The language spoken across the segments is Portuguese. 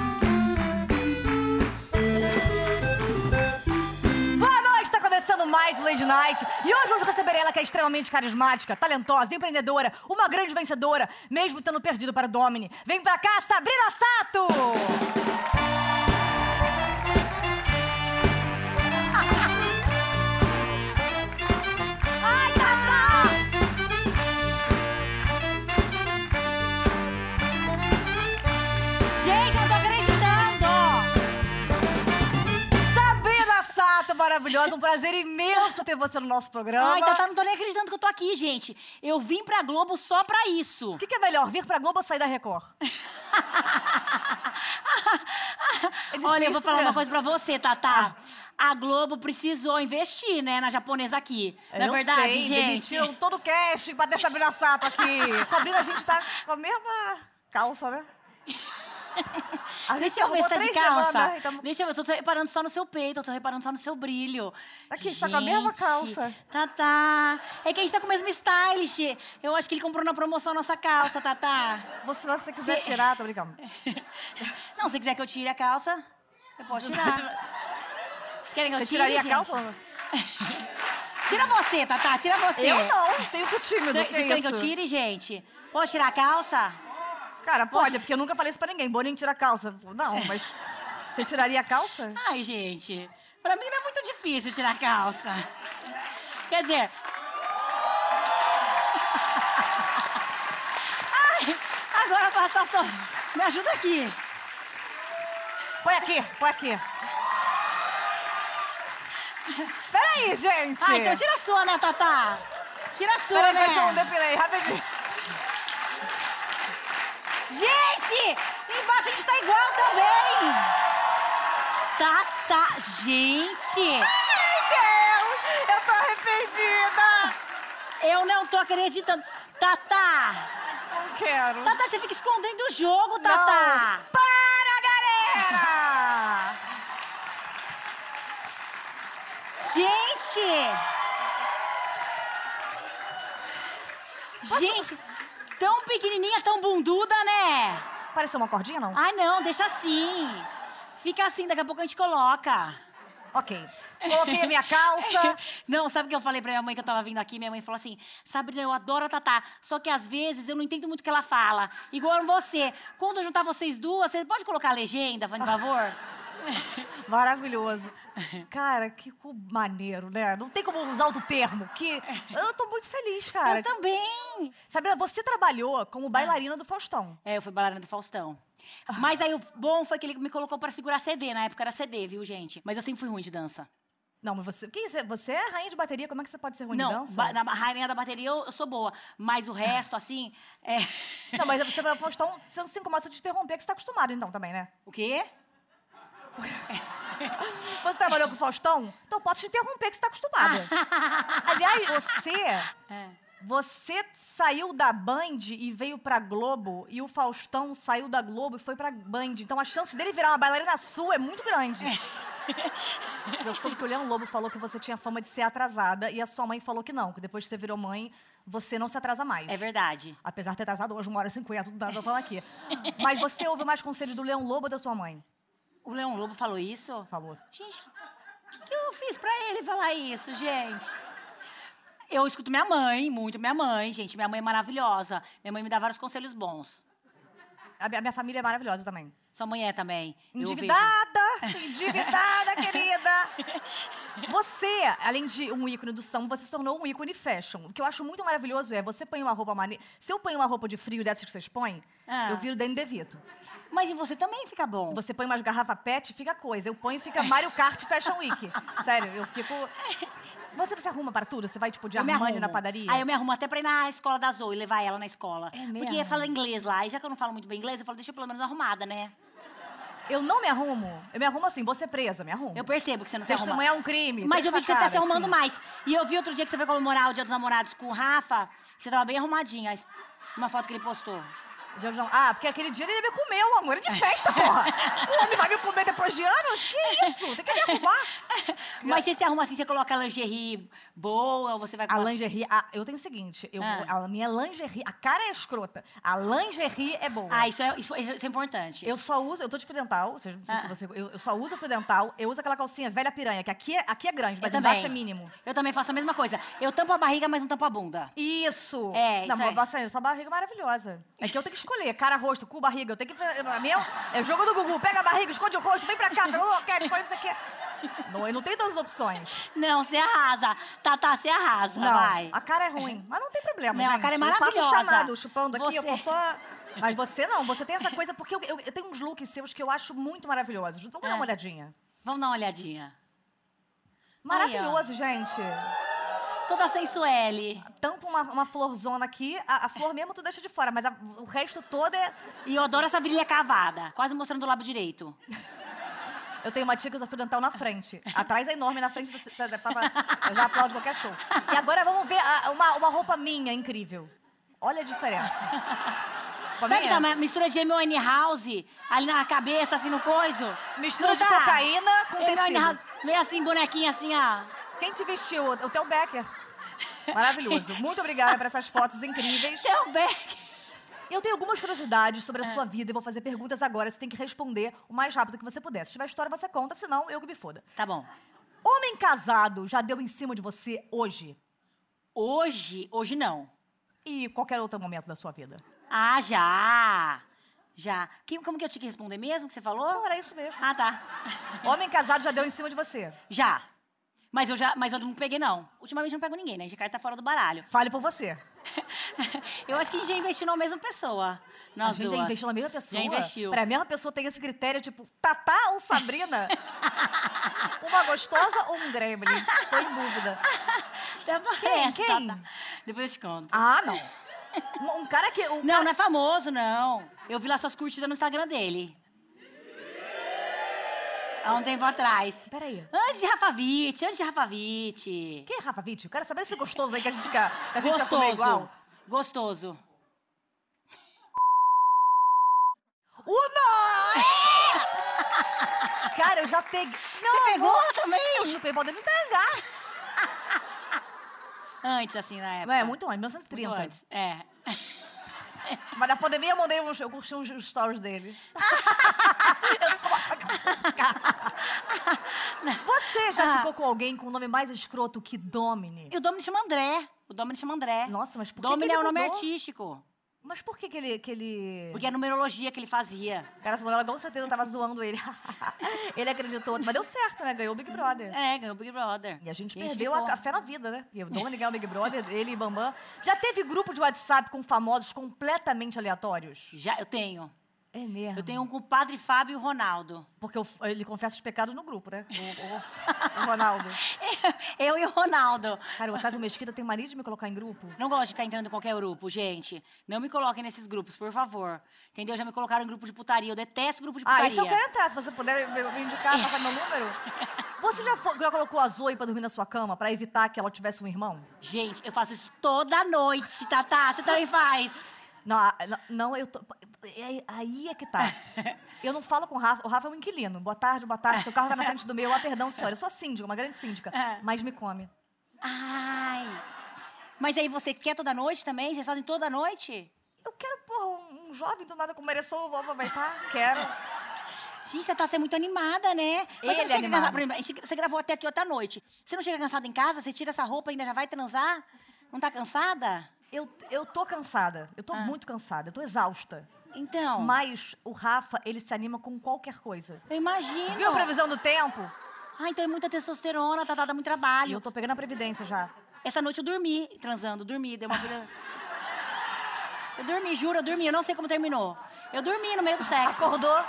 tá Lady Night. E hoje vamos receber ela, que é extremamente carismática, talentosa, empreendedora, uma grande vencedora, mesmo tendo perdido para o Domini. Vem pra cá, Sabrina Sato! Ai, Tatá! Gente, eu não tô acreditando! Sabrina Sato, maravilhosa. Um prazer imenso ter você no nosso programa. Ai, tá Tatá, não tô nem acreditando que eu tô aqui, gente. Eu vim pra Globo só pra isso. O que, que é melhor, vir pra Globo ou sair da Record? É Ah, Olha, eu difícil, vou falar né? Ah. uma coisa pra você, Tatá. A Globo precisou investir, né, na japonesa aqui. Eu na não verdade, sei, gente. demitiram todo o cash pra ter Sabrina Sato aqui. Sabrina, a gente tá com a mesma calça, né? A gente Deixa eu ver arrumou se tá de três calça. semanas, então- Deixa eu ver, eu tô reparando só no seu peito, eu tô reparando só no seu brilho. Aqui, a gente tá com a mesma Gente, calça. Tatá. É que a gente tá com o mesmo stylish. Eu acho que ele comprou na promoção a nossa calça, Tatá. Você, se você quiser Se- tirar, tô brincando. Não, se quiser que eu tire a calça, eu posso tirar. Vocês querem que eu Você tire, tiraria a Tá gente? calça? Tira você, Tatá, tira você. Eu não, tenho que tímido, Vocês que vocês querem que eu isso? tire, gente? Posso tirar a calça? Cara, pode, é porque eu nunca falei isso pra ninguém. Boninho tira a calça. É. Não, mas... Você tiraria a calça? Ai, gente, pra mim não é muito difícil tirar a calça. Quer dizer. Ai, agora passar só. Me ajuda aqui. Põe aqui, põe aqui. Peraí, gente! Ah, então tira a sua, né, Tatá? Tira a sua, Peraí, né? deixa eu depilei, rapidinho. Gente! Embaixo a gente tá igual também! Tá, tá, gente! Ai, Deus! Eu tô arrependida! Eu não tô acreditando! Tatá! Não quero. Tatá, você fica escondendo o jogo, Não. Tatá! Para, galera! Gente! Gente! Tão pequenininha, tão bunduda, né? Pareceu uma cordinha, não? Ai, não, deixa assim. Fica assim, daqui a pouco a gente coloca. Ok. Coloquei a minha calça. Não, sabe o que eu falei pra minha mãe que eu tava vindo aqui? Minha mãe falou assim: Sabrina, eu adoro a Tatá, só que às vezes eu não entendo muito o que ela fala. Igual você. Quando eu juntar vocês duas, você pode colocar a legenda, por favor? Maravilhoso. Cara, que cu- maneiro, né? Não tem como usar outro termo. Que eu tô muito feliz, cara. Eu Ah. também. Sabrina, você trabalhou como bailarina do Faustão. É, eu fui bailarina do Faustão. Mas aí o bom foi que ele me colocou pra segurar CD. Na época era CD, viu, gente? Mas eu sempre fui ruim de dança. Não, mas você. Quem você, você é rainha de bateria? Como é que você pode ser ruim não, de dança? ba- na rainha da bateria eu, eu sou boa. Mas o resto, assim. É... Não, mas você vai pro Faustão, você não se incomoda de interromper, que você tá acostumado então também, né? O quê? Você trabalhou com o Faustão? Então eu posso te interromper, que você tá acostumada. Aliás, você. É. Você saiu da Band e veio pra Globo, e o Faustão saiu da Globo e foi pra Band. Então a chance dele virar uma bailarina sua é muito grande. É. Eu soube que o Leão Lobo falou que você tinha fama de ser atrasada, e a sua mãe falou que não, que depois que você virou mãe, você não se atrasa mais. É verdade. Apesar de ter atrasado hoje, uma hora e cinquenta, não tô falando aqui. Mas você ouve mais conselhos do Leão Lobo ou da sua mãe? O Leão Lobo falou isso? Falou. Gente, o que, que eu fiz pra ele falar isso, gente? Eu escuto minha mãe, muito minha mãe, gente. Minha mãe é maravilhosa. Minha mãe me dá vários conselhos bons. A minha a minha família é maravilhosa também. Sua mãe é também. Eu vejo- Endividada! Endividada, querida! Você, além de um ícone do samba, você se tornou um ícone fashion. O que eu acho muito maravilhoso é, você põe uma roupa maneira... Se eu ponho uma roupa de frio dessas que vocês põem, Ah. eu viro Danny DeVito. Mas e você também fica bom. Você põe umas garrafa pet, fica coisa. Eu ponho, fica Mario Kart Fashion Week. Sério, eu fico... Você, você arruma para tudo? Você vai, tipo, de Eu me Armani arrumo. na padaria? Aí eu me arrumo até pra ir na escola da Zoe, levar ela na escola. É mesmo? Porque fala inglês lá. E já que eu não falo muito bem inglês, eu falo, deixa eu pelo menos arrumada, né? Eu não me arrumo. Eu me arrumo assim, você presa, me arrumo. Eu percebo que você não se arruma. Testemunhar é um crime. Mas tem eu vi que você tá cara, se arrumando assim. mais. E eu vi outro dia que você foi comemorar o Dia dos Namorados com o Rafa, que você tava bem arrumadinha. Uma foto que ele postou. De hoje não. Ah, porque aquele dia ele me comeu, amor. É de festa, porra. O homem vai me comer depois de anos? Que isso? Tem que me arrumar. Mas você se arruma assim, você coloca a lingerie boa, ou você vai... com A as- lingerie... ah, eu tenho o seguinte. Eu, Ah. A minha lingerie... A cara é escrota. A lingerie é boa. Ah, isso é, isso é- isso é importante. Eu só uso, eu tô de fio dental, vocês não sei se Ah. você. Eu, eu só uso fio dental, eu uso aquela calcinha velha piranha, que aqui é, aqui é grande, mas Eu embaixo é mínimo. Eu também faço a mesma coisa. Eu tampo a barriga, mas não tampo a bunda. Isso! É, isso Não, aí. mas, assim, essa barriga é maravilhosa. É que eu tenho que escolher, cara, rosto, cu, barriga. Eu tenho que. a minha é jogo do Gugu, pega a barriga, esconde o rosto, vem pra cá, pega o quer, escolhe isso aqui. Não, não tem tantas opções. Não, você arrasa. Tá, Tatá, você arrasa, Não, vai. a cara é ruim, mas não tem problema, Não, a gente. cara é Eu maravilhosa. faço um chamado, chupando aqui, eu tô Você- só... Mas você não, você tem essa coisa, porque eu, eu- eu tenho uns looks seus que eu acho muito maravilhosos. Então dá É. uma olhadinha. Vamos dar uma olhadinha. Maravilhoso, gente. Toda sensuele. Tampa uma, uma florzona aqui, a, a flor mesmo tu deixa de fora, mas a- o resto todo é. E eu adoro essa virilha cavada. Quase mostrando o lábio direito. Eu tenho uma tia que usa fio dental na frente. Atrás é enorme, na frente da, da, da- da- eu já aplaudo qualquer show. E agora vamos ver a- uma, uma roupa minha incrível. Olha a diferença. Roupa Sabe que minha? tá uma mistura de M.O.N. House? Ali na cabeça, assim, no coiso? Mistura Não de tá? cocaína com M.O.N. House. tecido. Meio assim, bonequinha assim, ó. Quem te vestiu? O, o Theo Becker. Maravilhoso. Muito obrigada por essas fotos incríveis. Seu Beck. Eu tenho algumas curiosidades sobre a sua vida e vou fazer perguntas agora. Você tem que responder o mais rápido que você puder. Se tiver história, você conta, senão eu que me foda. Tá bom. Homem casado já deu em cima de você hoje Hoje, hoje não. e qualquer outro momento da sua vida? Ah, já. Já. Que- como que eu tinha que responder mesmo que você falou? Não, Então era isso mesmo. Ah, tá. Homem casado já deu em cima de você. Já. Mas eu já, mas eu não peguei, não. Ultimamente eu não pego ninguém, né? Jacaré tá fora do baralho. Fale por você. eu acho que a gente já investiu na mesma pessoa. Nós a gente duas. já investiu na mesma pessoa. Já investiu. Pra mesma pessoa tem esse critério, tipo, Tatá ou Sabrina? Uma gostosa ou um gremlin? Tô em dúvida. Até parece, quem? Tá, tá. Depois eu te conto. Ah, não. Um, um cara que... Um Não, cara- não é famoso, não. Eu vi lá suas curtidas no Instagram dele. Há um tempo atrás. Peraí. Antes de Rafa Witt, antes de Rafa Witt. Quem é Rafa Witt? Eu quero saber esse gostoso aí que a gente quer. Que a gente ia comer Gostoso. igual. Gostoso. O nó! Cara, eu já peguei. Não, Você pegou amor, também? Eu chupei pra dentro pegar. Antes, assim, na época. É, muito antes, Muito 1930. antes. É. Mas na pandemia eu mandei uns. Eu curti uns stories dele. eu sou uma Você já Ah. ficou com alguém com o nome mais escroto que Domini? E o Domini chama André. O Domini chama André. Nossa, mas por que, que Domini ele é o nome mudou? artístico. Mas por que, que ele. Que ele... Porque é a numerologia que ele fazia. Cara, essa novela com certeza tava zoando ele. ele acreditou. Mas deu certo, né? Ganhou o Big Brother. É, ganhou o Big Brother. E a gente perdeu a, ficou. a fé na vida, né? E o Dona ganhou o Big Brother, ele e Bambam. Já teve grupo de WhatsApp com famosos completamente aleatórios? Já, eu tenho. É mesmo. Eu tenho um com o Padre Fábio e o Ronaldo. Porque eu- ele confessa os pecados no grupo, né? O, o- o Ronaldo. Eu e o Ronaldo. Cara, o Otávio Mesquita tem mania de me colocar em grupo. Não gosto de ficar entrando em qualquer grupo, gente. Não me coloquem nesses grupos, por favor. Entendeu? Já me colocaram em grupo de putaria. Eu detesto grupo de Ah, putaria. isso eu quero entrar. Se você puder me, me indicar, passar meu número. Você já, fo- já colocou a Zoe pra dormir na sua cama pra evitar que ela tivesse um irmão? Gente, eu faço isso toda noite, Tatá. Você também faz. Não, a- não, não, eu tô. é- Aí é que tá. Eu não falo com o Rafa. O Rafa é um inquilino. Boa tarde, boa tarde. Seu carro tá na frente do meu. Ah, perdão, senhora. Eu sou a síndica, uma grande síndica. É. Mas me come. Ai. Mas aí você quer toda noite também? Vocês fazem toda noite? Eu quero, porra, um, um jovem do nada com mereção, eu vou aproveitar. Quero. Gente, você tá sendo muito animada, né? Mas você Ele não é chega cansada. animado. Por exemplo, a gente- Você gravou até aqui outra noite. Você não chega cansada em casa? Você tira essa roupa e ainda já vai transar? Não tá cansada? Eu, eu tô cansada. Eu tô muito cansada. Eu tô exausta. Então. Mas o Rafa, ele se anima com qualquer coisa. Eu imagino. Viu a previsão do tempo? Ah, então é muita testosterona, tá dando muito E eu trabalho. tô pegando a previdência já. Essa noite eu dormi, transando, dormi, deu uma vira... Eu dormi, juro, eu dormi, eu não sei como terminou. Eu dormi no meio do sexo. Acordou?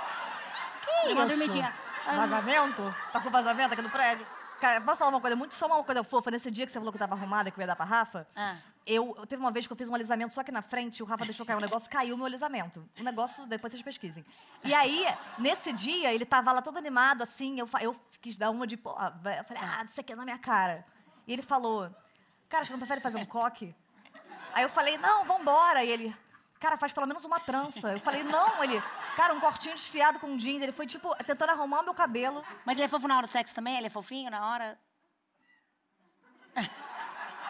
Que Deu uma isso? dormidinha. Ah, Vazamento? Tá com vazamento aqui no prédio? Cara, posso falar uma coisa muito, só uma coisa fofa. Nesse dia que você falou que eu tava arrumada, que eu ia dar pra Rafa, Ah. eu, eu- teve uma vez que eu fiz um alisamento só aqui na frente e o Rafa deixou cair um negócio, caiu meu alisamento. O negócio, depois vocês pesquisem. E aí, nesse dia, ele tava lá todo animado, assim, eu, fa- eu quis dar uma de. pô, ah, vai- Eu falei, ah, isso aqui é na minha cara. E ele falou, cara, você não prefere fazer um coque? Aí eu falei, não, vambora. E ele, cara, faz pelo menos uma trança. Eu falei, não, ele. Cara, um cortinho desfiado com jeans. Ele foi, tipo, tentando arrumar o meu cabelo. Mas ele é fofo na hora do sexo também? Ele é fofinho na hora?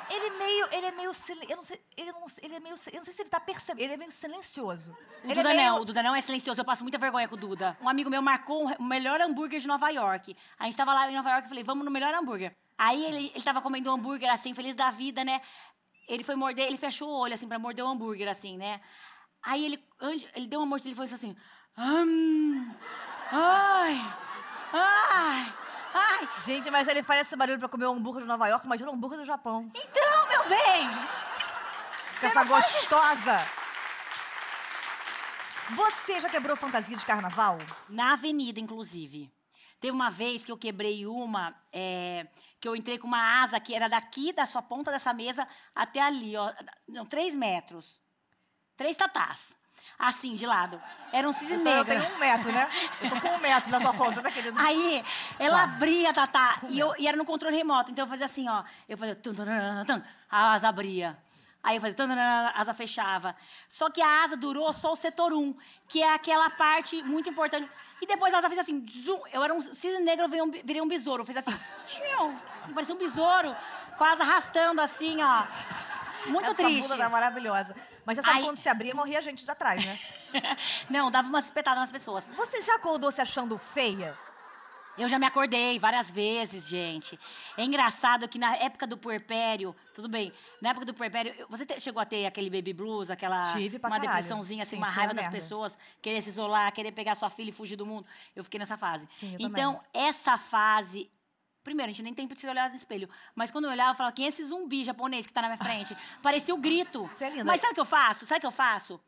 Ele meio, ele é meio, sil- eu não sei, ele não, ele é meio, sil- eu não sei se ele tá percebendo, ele é meio silencioso. O ele Duda é meio, não, o Duda não é silencioso, eu passo muita vergonha com o Duda. Um amigo meu marcou um- o melhor hambúrguer de Nova York. A gente tava lá em Nova York, eu falei, vamos no melhor hambúrguer. Aí ele, ele tava comendo um hambúrguer assim, feliz da vida, né? Ele foi morder, ele fechou o olho assim pra morder o hambúrguer assim, né? Aí ele, antes- ele deu uma mordida, ele foi assim, hum, ai, ai, ai. Gente, mas ele faz esse barulho pra comer um hambúrguer de Nova York, imagina um hambúrguer do Japão. Então, meu bem, Com essa gostosa. Você já quebrou fantasia de carnaval? Na avenida, inclusive. Teve uma vez que eu quebrei uma, é, que eu entrei com uma asa que era daqui, da sua ponta dessa mesa, até ali, ó. Não, três metros. Três tatás. Assim, de lado. Era um cisne Então, eu negro. tenho um metro, né? Eu tô com um metro na tua conta, tá, querido? Aí, Tá. ela abria, Tatá, e, eu, e era no controle remoto. Então eu fazia assim, ó. Eu fazia. tum, tum, tum, tum, tum, a asa abria. Aí eu fazia. tum, tum, tum, a asa fechava. Só que a asa durou só o setor 1, que é aquela parte muito importante. E depois a asa fez assim. Zum, eu era um cisne negro, eu virei um, bi- virei um besouro. Fez assim. tchiu, Parecia um besouro, com a asa arrastando assim, ó. Muito essa triste. bunda era maravilhosa. Mas você sabe Aí- quando se abria, morria gente de atrás, né? Não, dava uma espetadas nas pessoas. Você já acordou se achando feia? Eu já me acordei várias vezes, gente. É engraçado que na época do puerpério, tudo bem, na época do puerpério, eu- você te- chegou a ter aquele baby blues, aquela Tive pra uma caralho. depressãozinha, assim, Sim, uma foi uma raiva das merda. pessoas, querer se isolar, querer pegar sua filha e fugir do mundo. Eu fiquei nessa fase. Sim, eu então, essa fase Primeiro, a gente nem tem pra se olhar no espelho. Mas quando eu olhava, eu falava, quem é esse zumbi japonês que tá na minha frente? Parecia o grito. Você é linda. Mas sabe o que eu faço? Sabe o que eu faço?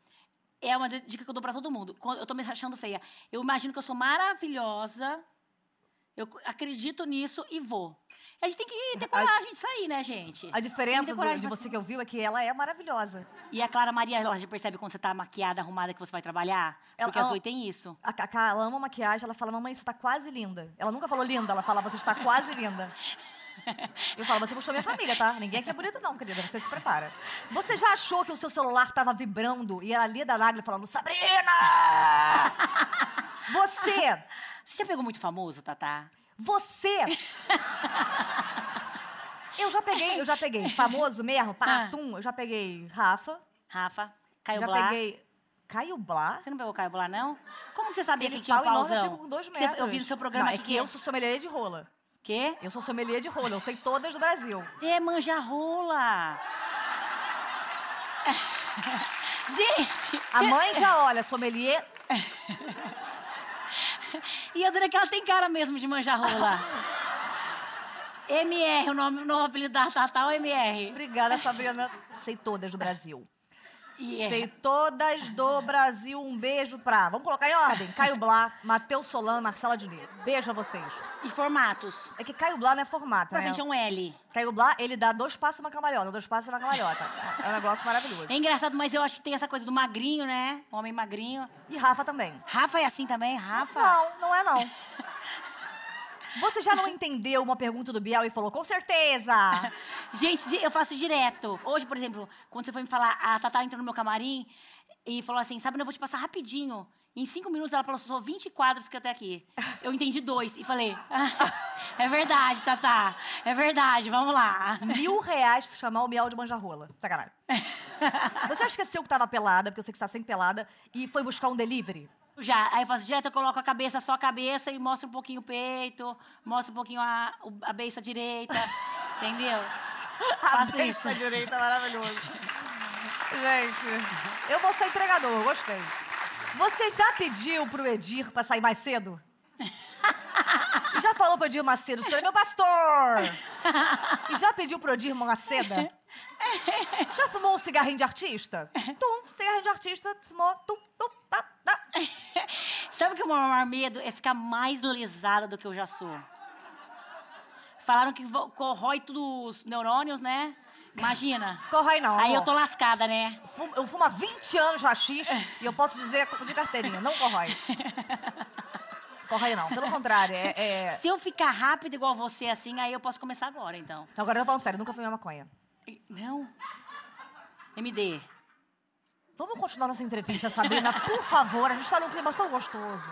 É uma dica que eu dou pra todo mundo. Quando eu tô me achando feia. Eu imagino que eu sou maravilhosa, eu c- acredito nisso e vou. A gente tem que ter coragem de sair, né, gente? A diferença Tem que ter do- coragem assim. de pra você que ouviu é que ela é maravilhosa. E a Clara Maria, ela já percebe quando você tá maquiada, arrumada, que você vai trabalhar? Ela- Porque as ela- oito tem isso. A Cacá, ela ama maquiagem, ela fala, mamãe, você tá quase linda. Ela nunca falou linda, ela fala, você está quase linda. Eu falo, você puxou minha família, tá? Ninguém aqui é bonito não, querida, você se prepara. Você já achou que o seu celular tava vibrando e era a Lia da Nagli falando, Sabrina! Você, Você já pegou muito famoso, Tatá? você... Eu já peguei, eu já peguei. Famoso mesmo, Ah. patum, eu já peguei Rafa. Rafa? Caio já Blá? peguei... Caio Blá? Você não pegou Caio Blá, não? Como que você sabia Ele que tinha um pau enorme, eu pauzão? fico com dois Você- metros. eu vi no seu programa não, aqui é que eu sou sommelier de rola. Quê? Eu sou sommelier de rola, eu sei todas do Brasil. Você é manjarrola. Gente! A você- mãe já olha, sommelier. E a Dura que ela tem cara mesmo de manjarrola. MR, o nome, o novo apelido da Tatá é o MR. Obrigada, Sabrina. Sei todas do Brasil. E é. Sei todas do Brasil. Um beijo pra. Vamos colocar em ordem. Caio Blá, Matheus Solano, Marcela Diné. Beijo a vocês. E formatos. É que Caio Blá não é formato, Pra né? frente é um L. Caio Blá, ele dá dois passos e uma cambalhota, dois passos e uma cambalhota. É um negócio maravilhoso. É engraçado, mas eu acho que tem essa coisa do magrinho, né? Homem magrinho. E Rafa também. Rafa é assim também? Rafa? Não, não é não. Você já não entendeu uma pergunta do Biel e falou, com certeza! Gente, di- eu faço direto. Hoje, por exemplo, quando você foi me falar, a Tatá entrou no meu camarim e falou assim: Sabrina, eu vou te passar rapidinho. Em cinco minutos ela falou: só 20 quadros que eu tenho aqui. Eu entendi dois e falei: "Ah, É verdade, Tatá. É verdade, vamos lá. Mil reais se chamar o Biel de manjarrola. Sacanagem. Você já esqueceu que tava pelada, porque eu sei que você tá sempre pelada, e foi buscar um delivery? Já, aí eu faço direto, eu coloco a cabeça, só a cabeça e mostro um pouquinho o peito, mostro um pouquinho a, o- a beiça direita. entendeu? A Faço besta isso. direita, maravilhoso. Gente, eu vou ser entregador, gostei. Você já pediu pro Edir pra sair mais cedo? E já falou pro Edir Macedo, o senhor é meu pastor! E já pediu pro Edir Maceda? Já fumou um cigarrinho de artista? É. Tum, cigarrinho de artista, fumou, tum, tum, tá, tá. Sabe o que é o meu maior medo? É ficar mais lesada do que eu já sou. Falaram que vo- corrói tudo os neurônios, né? Imagina. Corre aí não, Aí amor. eu tô lascada, né? Fumo- Eu fumo há 20 anos de rachis e eu posso dizer de carteirinha, não corrói. Corrói não, pelo contrário, é... é- Se eu ficar rápida igual você assim, aí eu posso começar agora, então. Não, agora eu tô falando sério, nunca fumei maconha. Não. MD. Vamos continuar nossa entrevista, Sabrina, por favor. A gente tá num clima tão gostoso.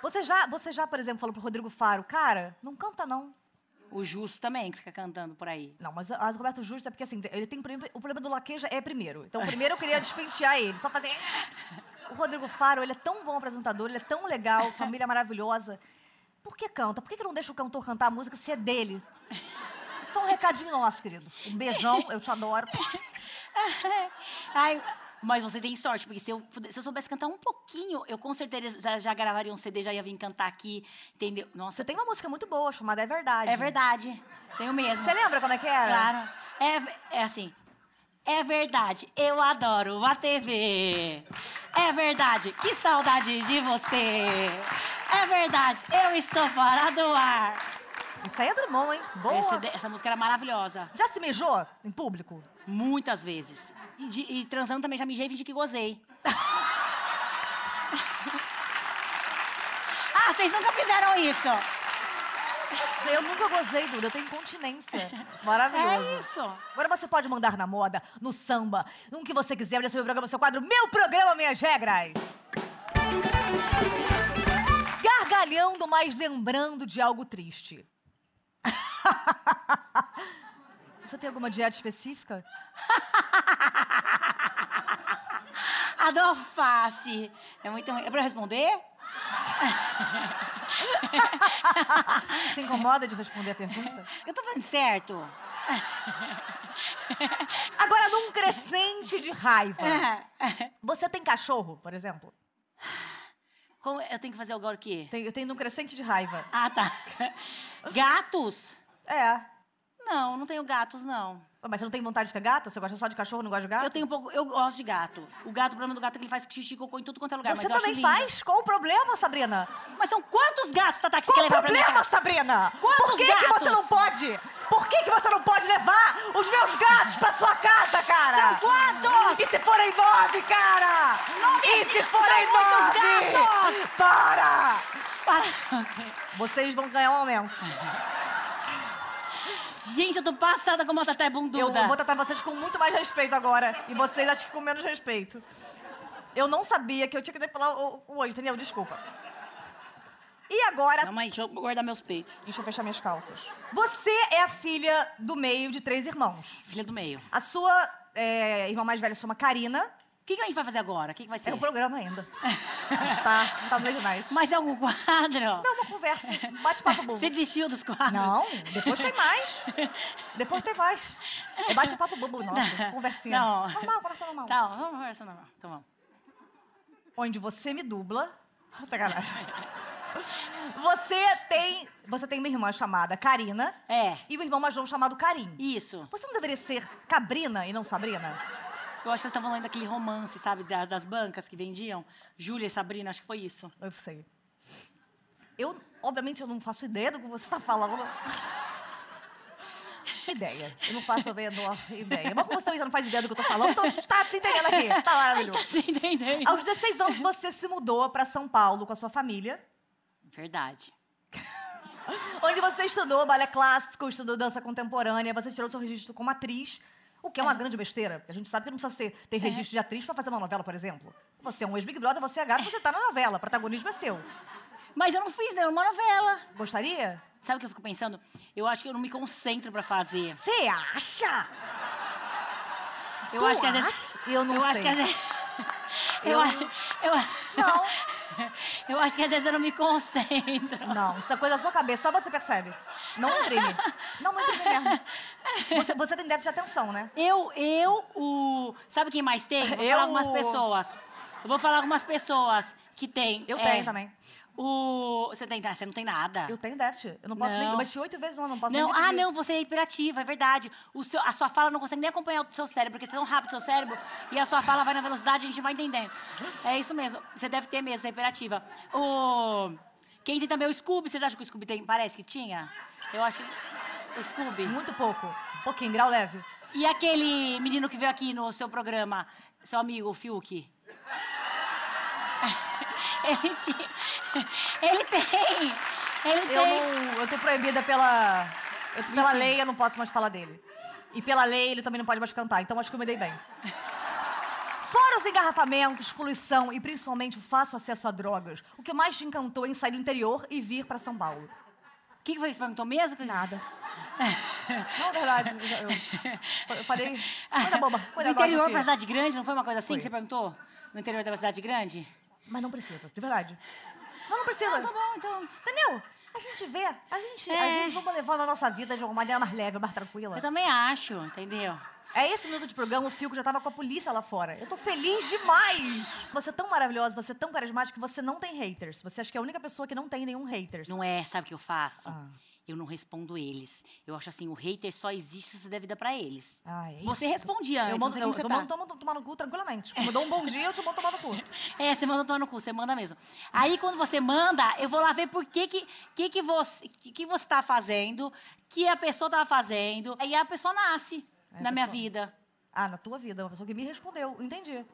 Você já, você já, por exemplo, falou pro Rodrigo Faro, cara, não canta não. O Justo também, que fica cantando por aí. Não, mas a- a Roberto Justo é porque assim, ele tem prim- o problema do laqueja é primeiro. Então, primeiro eu queria despentear ele, só fazer. "Ah!" O Rodrigo Faro, ele é tão bom apresentador, ele é tão legal, família maravilhosa. Por que canta? Por que, que não deixa o cantor cantar a música se é dele? Só um recadinho nosso, querido. Um beijão, eu te adoro. Ai, mas você tem sorte, porque se eu, pude- se eu soubesse cantar um pouquinho, eu com certeza já- já gravaria um CD, já ia vir cantar aqui, entendeu? Nossa, Você tem uma música muito boa chamada É Verdade. é verdade. Tenho mesmo. Você lembra como é que era? Claro. É, ve- é assim. É verdade, eu adoro a TV. É verdade, que saudade de você. É verdade, eu estou fora do ar. Isso aí é Drummond, hein? Boa. Esse de- essa música era maravilhosa. Já se mijou em público? Muitas vezes. E, de- e transando também já mijei e fingi que gozei. ah, vocês nunca fizeram isso. Eu nunca gozei, Duda. Eu tenho incontinência. Maravilhoso. É isso. Agora você pode mandar na moda, no samba, num que você quiser. Olha seu programa, seu quadro. Meu programa, minhas regras. Gargalhando, mas lembrando de algo triste. Você tem alguma dieta específica? A do alface. É muito ruim. É pra eu responder? Se incomoda de responder a pergunta? Eu tô fazendo certo. Agora, num crescente de raiva. É. Você tem cachorro, por exemplo? Como eu tenho que fazer agora o quê? Tem, eu tenho num crescente de raiva. Ah, tá. Gatos? É. Não, não tenho gatos, não. Mas você não tem vontade de ter gato? Você gosta só de cachorro, não gosta de gato? Eu tenho um pouco. Eu gosto de gato. O gato, o problema do gato é que ele faz xixi e cocô em tudo quanto é lugar. Você mas eu acho também lindo. faz? Qual o problema, Sabrina? Mas são quantos gatos, Tata, que você Qual quer o levar pra minha problema, casa? Sabrina? Quantos Por que, que você gatos? não pode? Por que, que você não pode levar os meus gatos pra sua casa, cara? São quantos? E se forem nove, cara? Nove, e se são forem muitos nove? gatos! Para! Para. Vocês vão ganhar um aumento. Gente, eu tô passada com uma Tata bunduda. Eu vou tratar vocês com muito mais respeito agora. E vocês acho que com menos respeito. Eu não sabia que eu tinha que depilar o o olho, entendeu? Desculpa. E agora, Calma aí, deixa eu guardar meus peitos. Deixa eu fechar minhas calças. Você é a filha do meio de três irmãos. Filha do meio. A sua é, irmã mais velha se chama Karina. O que, que a gente vai fazer agora? O que, que vai ser? É o programa ainda. Está, não tá no meio de nós. Mas é algum quadro? Não, uma conversa. um Bate-papo bom. Você desistiu dos quadros? Não, depois tem mais. Depois tem mais. É bate-papo bobo nosso, conversinha. Não. Normal, conversa normal. Tá, vamos conversar normal. Então vamos. Onde você me dubla. Sacanagem. Você tem. Você tem uma irmã chamada Karina É, e um irmão mais novo chamado Karim. isso. Você não deveria ser Cabrina e não Sabrina? Eu acho que eles estavam lendo aquele romance, sabe, da- das bancas que vendiam. Júlia e Sabrina, acho que foi isso. Eu sei. Eu, obviamente, eu não faço ideia do que você está falando. ideia. Eu não faço a menor ideia. Mas como você já não faz ideia do que eu tô falando, então a gente tá entendendo aqui. Tá Tá maravilhoso. se entendendo? Aos 16 anos, você se mudou para São Paulo com a sua família, Verdade. onde você estudou balé clássico, estudou dança contemporânea, você tirou seu registro como atriz, o que é uma grande besteira, porque a gente sabe que não precisa ser, É. ter registro de atriz para fazer uma novela, por exemplo. Você é um ex-Big Brother, você é gato, você tá na novela, o protagonismo é seu. Mas eu não fiz nenhuma novela. Gostaria? Sabe o que eu fico pensando? Eu acho que eu não me concentro pra fazer. Você acha? Eu Tu acho que às vezes. acha? Eu não eu Acho sei. que às vezes... Eu- Eu, acho- eu... Não. eu acho que às vezes eu não me concentro. Não, isso é coisa da sua cabeça, só você percebe. Não imprime. Não, não imprime mesmo. Você, você tem déficit de atenção, né? Eu, eu, o. Sabe quem mais tem? Vou Eu- falar algumas pessoas. Eu vou falar algumas pessoas que tem. Eu é, tenho também. O. Você tem. ah, Você não tem nada. Eu tenho déficit. Eu não posso nem. Não. Eu bati oito vezes ontem, não posso Não, nem. ah, dirigir. não, você é hiperativa, é verdade. O seu, a sua fala não consegue nem acompanhar o seu cérebro, porque você é tão rápido o seu cérebro e a sua fala vai na velocidade e a gente vai entendendo. É isso mesmo, você deve ter mesmo, você é hiperativa. O... Quem tem também é o Scooby, vocês acham que o Scooby tem? Parece que tinha? Eu acho que. O Scooby. Muito pouco. Um pouquinho, grau leve. E aquele menino que veio aqui no seu programa, seu amigo, o Fiuk? Ele tinha. Ele tem! Ele tem. Eu não. Eu tô proibida pela. eu- pela Então, Mentira. lei, eu não posso mais falar dele. E pela lei, ele também não pode mais cantar, então acho que eu me dei bem. Fora os engarrafamentos, poluição e principalmente o fácil acesso a drogas, o que mais te encantou em sair do interior e vir pra São Paulo? O que, que foi que você perguntou mesmo? Que- Nada. Não, é verdade. Eu, eu, eu falei. Coisa boba. Do Coisa Ah, interior lógica pra aqui. cidade grande, não foi uma coisa assim um Foi. que você perguntou? No interior da cidade grande? Mas não precisa, de verdade. Não, não precisa. Não, tá bom, então. Entendeu? A gente vê, a gente, a É. gente vamos levando a nossa vida de uma maneira mais leve, mais tranquila. Eu também acho, entendeu? É esse minuto de programa, o Fico já tava com a polícia lá fora. Eu tô feliz demais! Você é tão maravilhosa, você é tão carismática que você não tem haters. Você acha que é a única pessoa que não tem nenhum haters. Não é, sabe o que eu faço? Ah. Eu não respondo eles. Eu acho assim, o hater só existe se deve dar pra eles. Ah, é você isso. responde antes, Eu não mando, sei como eu você tô tá. mandando tomar- tomar no cu tranquilamente. Como eu dou um bom dia, eu te mando tomar no cu. É, você manda tomar no cu, você manda mesmo. Aí quando você manda, eu vou lá ver por que que, que, que você que, que você tá fazendo, que a pessoa tava fazendo. Aí a pessoa nasce Aí a na minha pessoa- vida. Ah, na tua vida, uma pessoa que me respondeu. Entendi.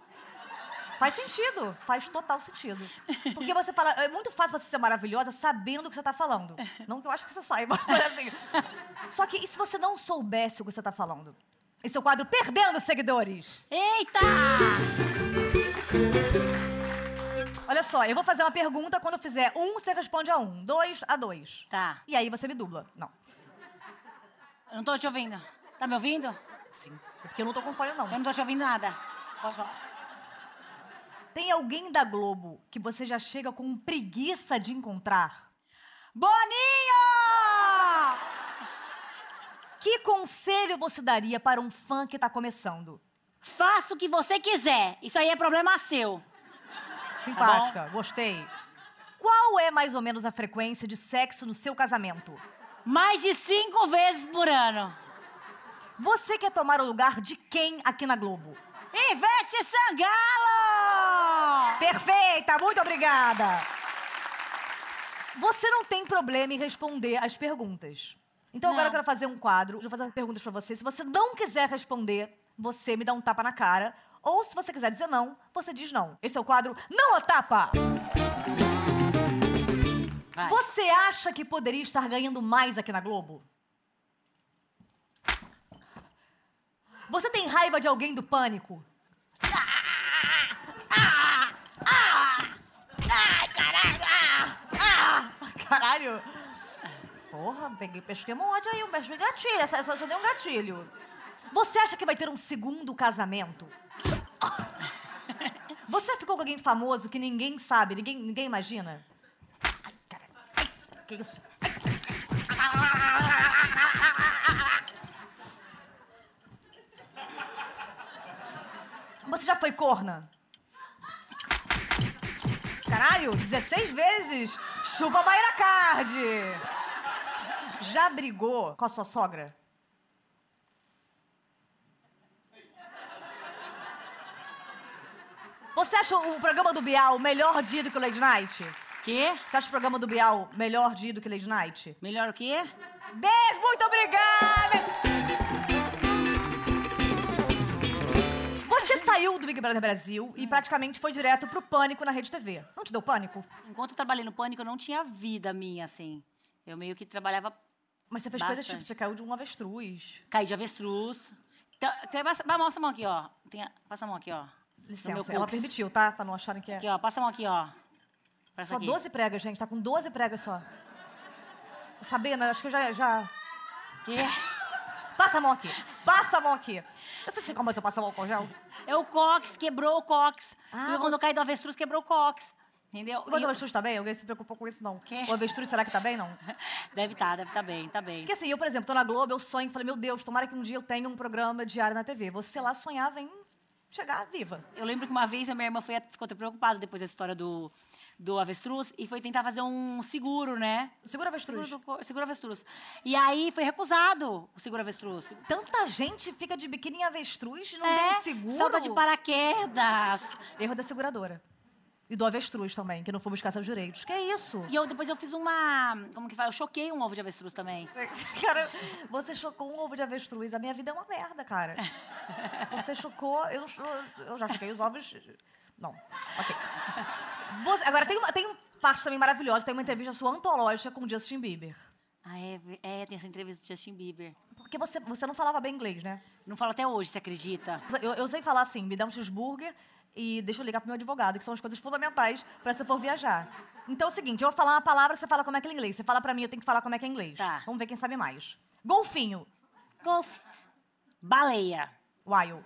Faz sentido. Faz total sentido. Porque você fala. É muito fácil você ser maravilhosa sabendo o que você tá falando. Não que eu acho que você saiba, mas assim. Só que e se você não soubesse o que você tá falando? Esse é o quadro Perdendo Seguidores. Eita! Olha só, eu vou fazer uma pergunta. Quando eu fizer um, você responde a um. Dois, a dois. Tá. E aí você me dubla. Não. Eu não tô te ouvindo. Tá me ouvindo? Sim. É Porque eu não tô com fone, não. Eu não tô te ouvindo nada. Posso falar? Tem alguém da Globo que você já chega com preguiça de encontrar? Boninho! Que conselho você daria para um fã que tá começando? Faça o que você quiser. Isso aí é problema seu. Simpática, gostei. Qual é mais ou menos a frequência de sexo no seu casamento? Mais de cinco vezes por ano. Você quer tomar o lugar de quem aqui na Globo? Ivete Sangalo! Perfeita, muito obrigada! Você não tem problema em responder as perguntas. Então agora Não. eu quero fazer um quadro, eu vou fazer umas perguntas pra você. Se você não quiser responder, você me dá um tapa na cara. Ou se você quiser dizer não, você diz não. Esse é o quadro Não a Tapa! Vai. Você acha que poderia estar ganhando mais aqui na Globo? Você tem raiva de alguém do pânico? Caralho! Porra, peguei, pesquei um ódio aí, um beijo de gatilho. Essa, essa só deu um gatilho. Você acha que vai ter um segundo casamento? Você já ficou com alguém famoso que ninguém sabe, ninguém, ninguém imagina? Ai, caralho. Ai, que isso? Ai. Você já foi corna? Caralho, 16 vezes! Chupa Mayra Card! Já brigou com a sua sogra? Você acha o programa do Bial melhor dia do que o Lady Night? Quê? Você acha o programa do Bial melhor dia do que Lady Night? Melhor o quê? Beijo, muito obrigada! Você saiu do Big Brother Brasil Hum. e praticamente foi direto pro Pânico na Rede TV. Não te deu pânico? Enquanto eu trabalhei no Pânico, eu não tinha vida minha, assim. Eu meio que trabalhava... Mas você fez coisas Bastante. tipo, você caiu de um avestruz. Caí de avestruz. Então, tem- passa- vai, mostra a mão aqui, ó. Tem a- passa a mão aqui, ó. No meu Licença, cookies. ela permitiu, tá? Pra não acharem que é. Aqui, ó. Passa a mão aqui, ó. Passa Só aqui. 12 pregas, gente. Tá com 12 pregas só. Sabena, acho que eu já, já... Quê? Passa a mão aqui. Passa a mão aqui. Eu sei se como você passa a mão com gel. É o cox, quebrou o cox. Ah, Porque quando eu caí do avestruz, quebrou o cox. Entendeu? Mas E- o avestruz tá bem? Alguém se preocupou com isso, não? Quê? O avestruz, será que tá bem, não? Deve estar, deve estar bem, tá bem. Porque assim, eu, por exemplo, tô na Globo, eu sonho, falei, meu Deus, tomara que um dia eu tenha um programa diário na TV. Você lá sonhava em chegar viva. Eu lembro que uma vez a minha irmã foi, ficou até preocupada depois dessa história do, do avestruz e foi tentar fazer um seguro, né? Segura Seguro, avestruz. do, co- seguro avestruz. E aí foi recusado o seguro avestruz. Tanta gente fica de biquíni em avestruz e não É, tem seguro. Salta de paraquedas. Erro da seguradora. E do avestruz também, que não foi buscar seus direitos. Que isso? E eu depois eu fiz uma. Como que fala? Eu choquei um ovo de avestruz também. Cara, você chocou um ovo de avestruz. A minha vida é uma merda, cara. Você chocou. Eu, não cho- eu já choquei os ovos. Não. Ok. Você- agora, tem, uma- tem um parte também maravilhosa. Tem uma entrevista sua antológica com o Justin Bieber. Ah, é, é, tem essa entrevista do Justin Bieber. Porque você, você não falava bem inglês, né? Não fala até hoje, você acredita? Eu, eu sei falar assim, me dá um cheeseburger e deixa eu ligar pro meu advogado, que são as coisas fundamentais pra se eu for viajar. Então é o seguinte, eu vou falar uma palavra, você fala como é que é em inglês. Você fala pra mim, eu tenho que falar como é que é em inglês. Tá. Vamos ver quem sabe mais. Golfinho. Golf. Baleia. Wild.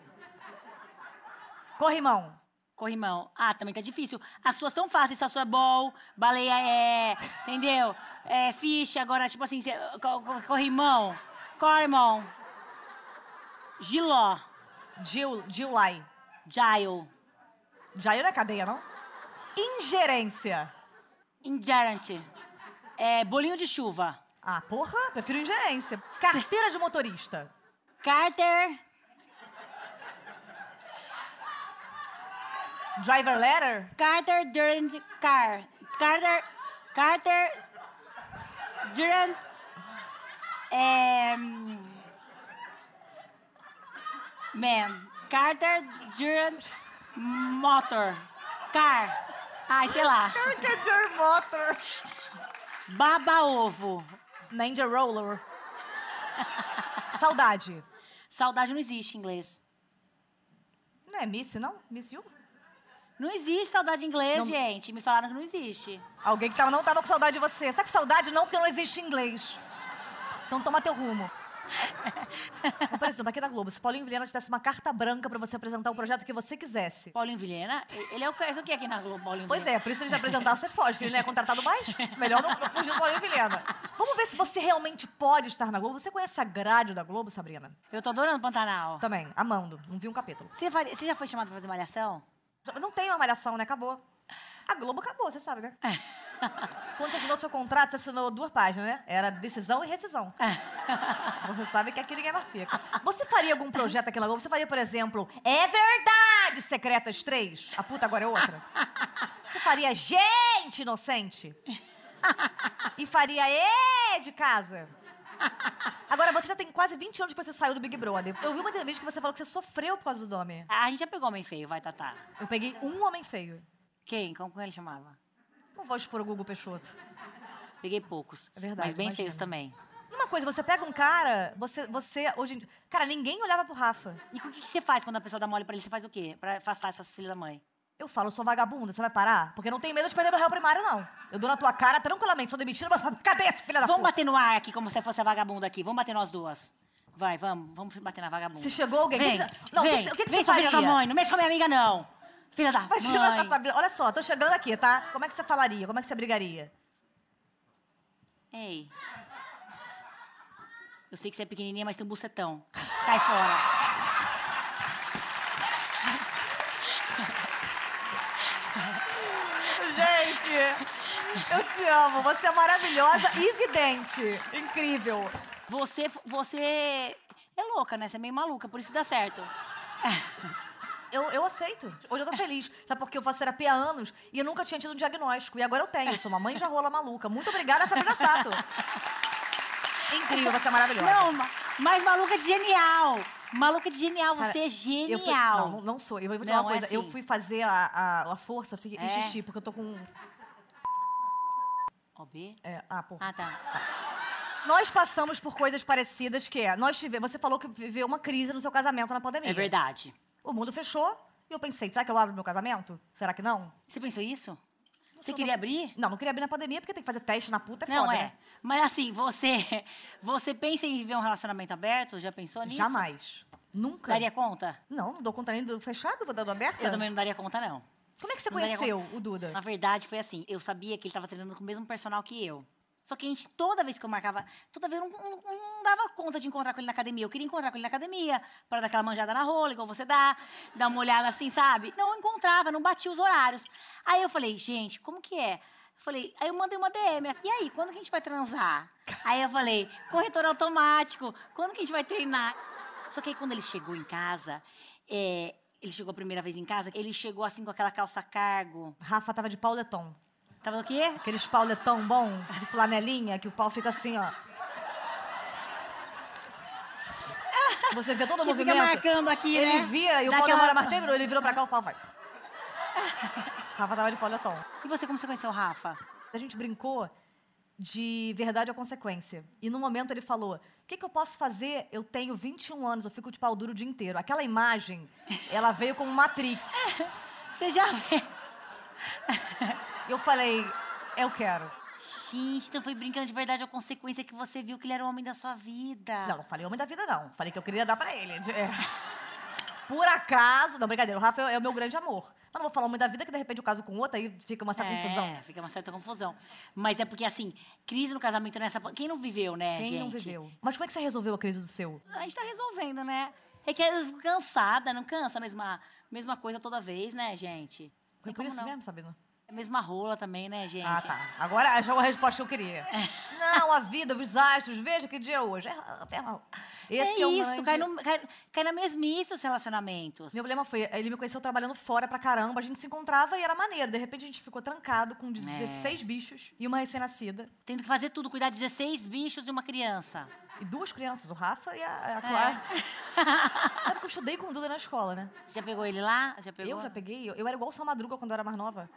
Corrimão. Corrimão. Ah, também tá difícil. As suas são fáceis, só sua é bol, baleia é. Entendeu? É ficha, agora, tipo assim, cê- co- co- corrimão. Cormon. Giló. Gil, Gilai. Gile. Já eu na cadeia, não? Ingerência. Ingerente. É, bolinho de chuva. Ah, porra, prefiro ingerência. Carteira de motorista. Carter. Driver letter. Carter during the car. Carter. Carter. During. É. hum, Man. Carter during motor. Car. Ai, sei lá. Caricature motor. Baba ovo. Ninja roller. Saudade. Saudade não existe em inglês. Não é Miss, não? Miss You? Não existe saudade em inglês, Não- gente. Me falaram que não existe. Alguém que tava, não tava com saudade de você. Você tá com saudade não, porque não existe inglês. Então toma teu rumo. Ô, Por exemplo, aqui na Globo, se Paulinho Vilhena te desse uma carta branca pra você apresentar o projeto que você quisesse. Paulinho Vilhena? e- Ele é o, é o que aqui na Globo, Paulinho Pois Vilhena? é, por isso ele já apresentar, você foge, porque ele não é contratado mais. Melhor não, não fugir do Paulinho Vilhena. Vamos ver se você realmente pode estar na Globo. Você conhece a grade da Globo, Sabrina? Eu tô adorando Pantanal. Também, amando. Não vi um capítulo. Você, faria- você já foi chamado pra fazer malhação? Já- Não tem uma malhação, né? Acabou. A Globo acabou, você sabe, né? Quando você assinou seu contrato, você assinou duas páginas, né? Era decisão e rescisão. Você sabe que aqui ninguém mais fica. Você faria algum projeto aqui na Globo? Você faria, por exemplo, É Verdade Secretas 3? A puta agora é outra? Você faria Gente Inocente? E faria E de casa? Agora, você já tem quase 20 anos que você saiu do Big Brother. Eu vi uma entrevista que você falou que você sofreu por causa do nome. A gente já pegou homem feio, vai, Tatá. Eu peguei um homem feio. Quem? Como, como ele chamava? Não vou expor o Google Peixoto. Peguei poucos. É verdade, Mas bem imagino. feios também. E Uma coisa, você pega um cara, você, você hoje em dia. Cara, ninguém olhava pro Rafa. E o que, que você faz quando a pessoa dá mole pra ele? Você faz o quê? Pra afastar essas filhas da mãe? Eu falo, eu sou vagabunda, você vai parar? Porque eu não tenho medo de perder meu réu primário, não. Eu dou na tua cara tranquilamente, sou demitida, mas cadê essa filha da Vamos puta? bater no ar aqui, como se fosse a vagabunda aqui. Vamos bater nós duas. Vai, vamos. Vamos bater na vagabunda. Se chegou alguém, o que Vem, que você- não, o que vem, que você- o que que vem, você sua filha da faria? mãe. Não mexe com a minha amiga, não. Filha da mãe. Imagina essa Sabrina. Olha só, tô chegando aqui, tá? Como é que você falaria? Como é que você brigaria? Ei. Eu sei que você é pequenininha, mas tem um bucetão. Cai fora. Gente, eu te amo. Você é maravilhosa e vidente. Incrível. Você, você é louca, né? Você é meio maluca, por isso que dá certo. Eu, eu aceito. Hoje eu tô feliz. Sabe porque eu faço terapia há anos e eu nunca tinha tido um diagnóstico. E agora eu tenho. Eu sou uma mãe já rola maluca. Muito obrigada, Sabrina Sato. Incrível, você é maravilhosa. Não, ma- mas maluca de genial. Maluca de genial, Cara, você é eu fui- genial. não, não, não sou. Eu vou te falar Não, uma é coisa. Eu assim. fui fazer a, a, a força, fiz, fiz É. xixi, porque eu tô com. OB? É, ah, porra. Ah, tá. Nós passamos por coisas parecidas, que é. Nós tive, você falou que viveu uma crise no seu casamento na pandemia. É verdade. O mundo fechou e eu pensei, será que eu abro meu casamento? Será que não? Você pensou isso? Você queria abrir? Não, não queria abrir na pandemia porque tem que fazer teste na puta, é Não, foda, é. né? Mas assim, você você pensa em viver um relacionamento aberto? Já pensou nisso? Jamais. Nunca. É Daria conta? Não, não dou conta nem do fechado, vou dar do aberto. Eu também não daria conta, não. Como é que você Não daria conheceu conta. o Duda? Na verdade, foi assim. Eu sabia que ele tava treinando com o mesmo personal que eu. Só que a gente, toda vez que eu marcava, toda vez eu não, não- não dava conta de encontrar com ele na academia. Eu queria encontrar com ele na academia, para dar aquela manjada na rola, igual você dá, dar uma olhada assim, sabe? Não encontrava, não batia os horários. Aí eu falei, gente, como que é? Eu Falei, aí eu mandei uma DM. E aí, quando que a gente vai transar? Aí eu falei, corretor automático, quando que a gente vai treinar? Só que aí quando ele chegou em casa, é, ele chegou a primeira vez em casa, ele chegou assim com aquela calça cargo. Rafa tava de pauletom. Tava do Tá quê? Aqueles pauletom bom, de flanelinha, que o pau fica assim, ó. Você vê todo o Que fica movimento. marcando aqui, ele né? vira e o Dá pau aquela- demora mais tempo, ele virou pra cá, o pau vai. Rafa tava de pauletom. E você, como você conheceu o Rafa? A gente brincou de Verdade ou Consequência. E no momento ele falou: O que, que eu posso fazer? Eu tenho 21 anos, eu fico de pau duro o dia inteiro. Aquela imagem, ela veio como Matrix. Você já vê. Eu falei: Eu quero. Gente, então foi brincando de verdade a consequência que você viu que ele era o homem da sua vida. Não, não falei homem da vida, não. Falei que eu queria dar pra ele. É. Por acaso. Não, brincadeira, o Rafa é o meu grande amor. Mas não vou falar homem da vida, que de repente eu caso tá com outra, aí fica uma certa confusão. É, fica uma certa confusão. Mas é porque, assim, crise no casamento nessa. Quem não viveu, né, Quem gente? não viveu? Mas como é que você resolveu a crise do seu? A gente tá resolvendo, né? É que eu fico cansada, não cansa a mesma, mesma coisa toda vez, né, gente? Foi Tem por como isso não. mesmo, Sabrina? É a mesma rola também, né, gente? É. Ah, tá. Agora já é uma resposta que eu queria. Não, a vida, os astros, veja que dia é hoje. É, é, é, esse é o isso, grande- cai, no, cai, cai na mesmice os relacionamentos. Meu problema foi, ele me conheceu trabalhando fora pra caramba, a gente se encontrava e era maneiro. De repente a gente ficou trancado com É. 16 bichos e uma recém-nascida. Tendo que fazer tudo, cuidar de 16 bichos e uma criança. E duas crianças, o Rafa e a, É. a Clara. Sabe que eu estudei com o Duda na escola, né? Você já pegou ele lá? Já pegou? Eu já peguei, eu, eu era igual o Sal Madruga quando eu era mais nova.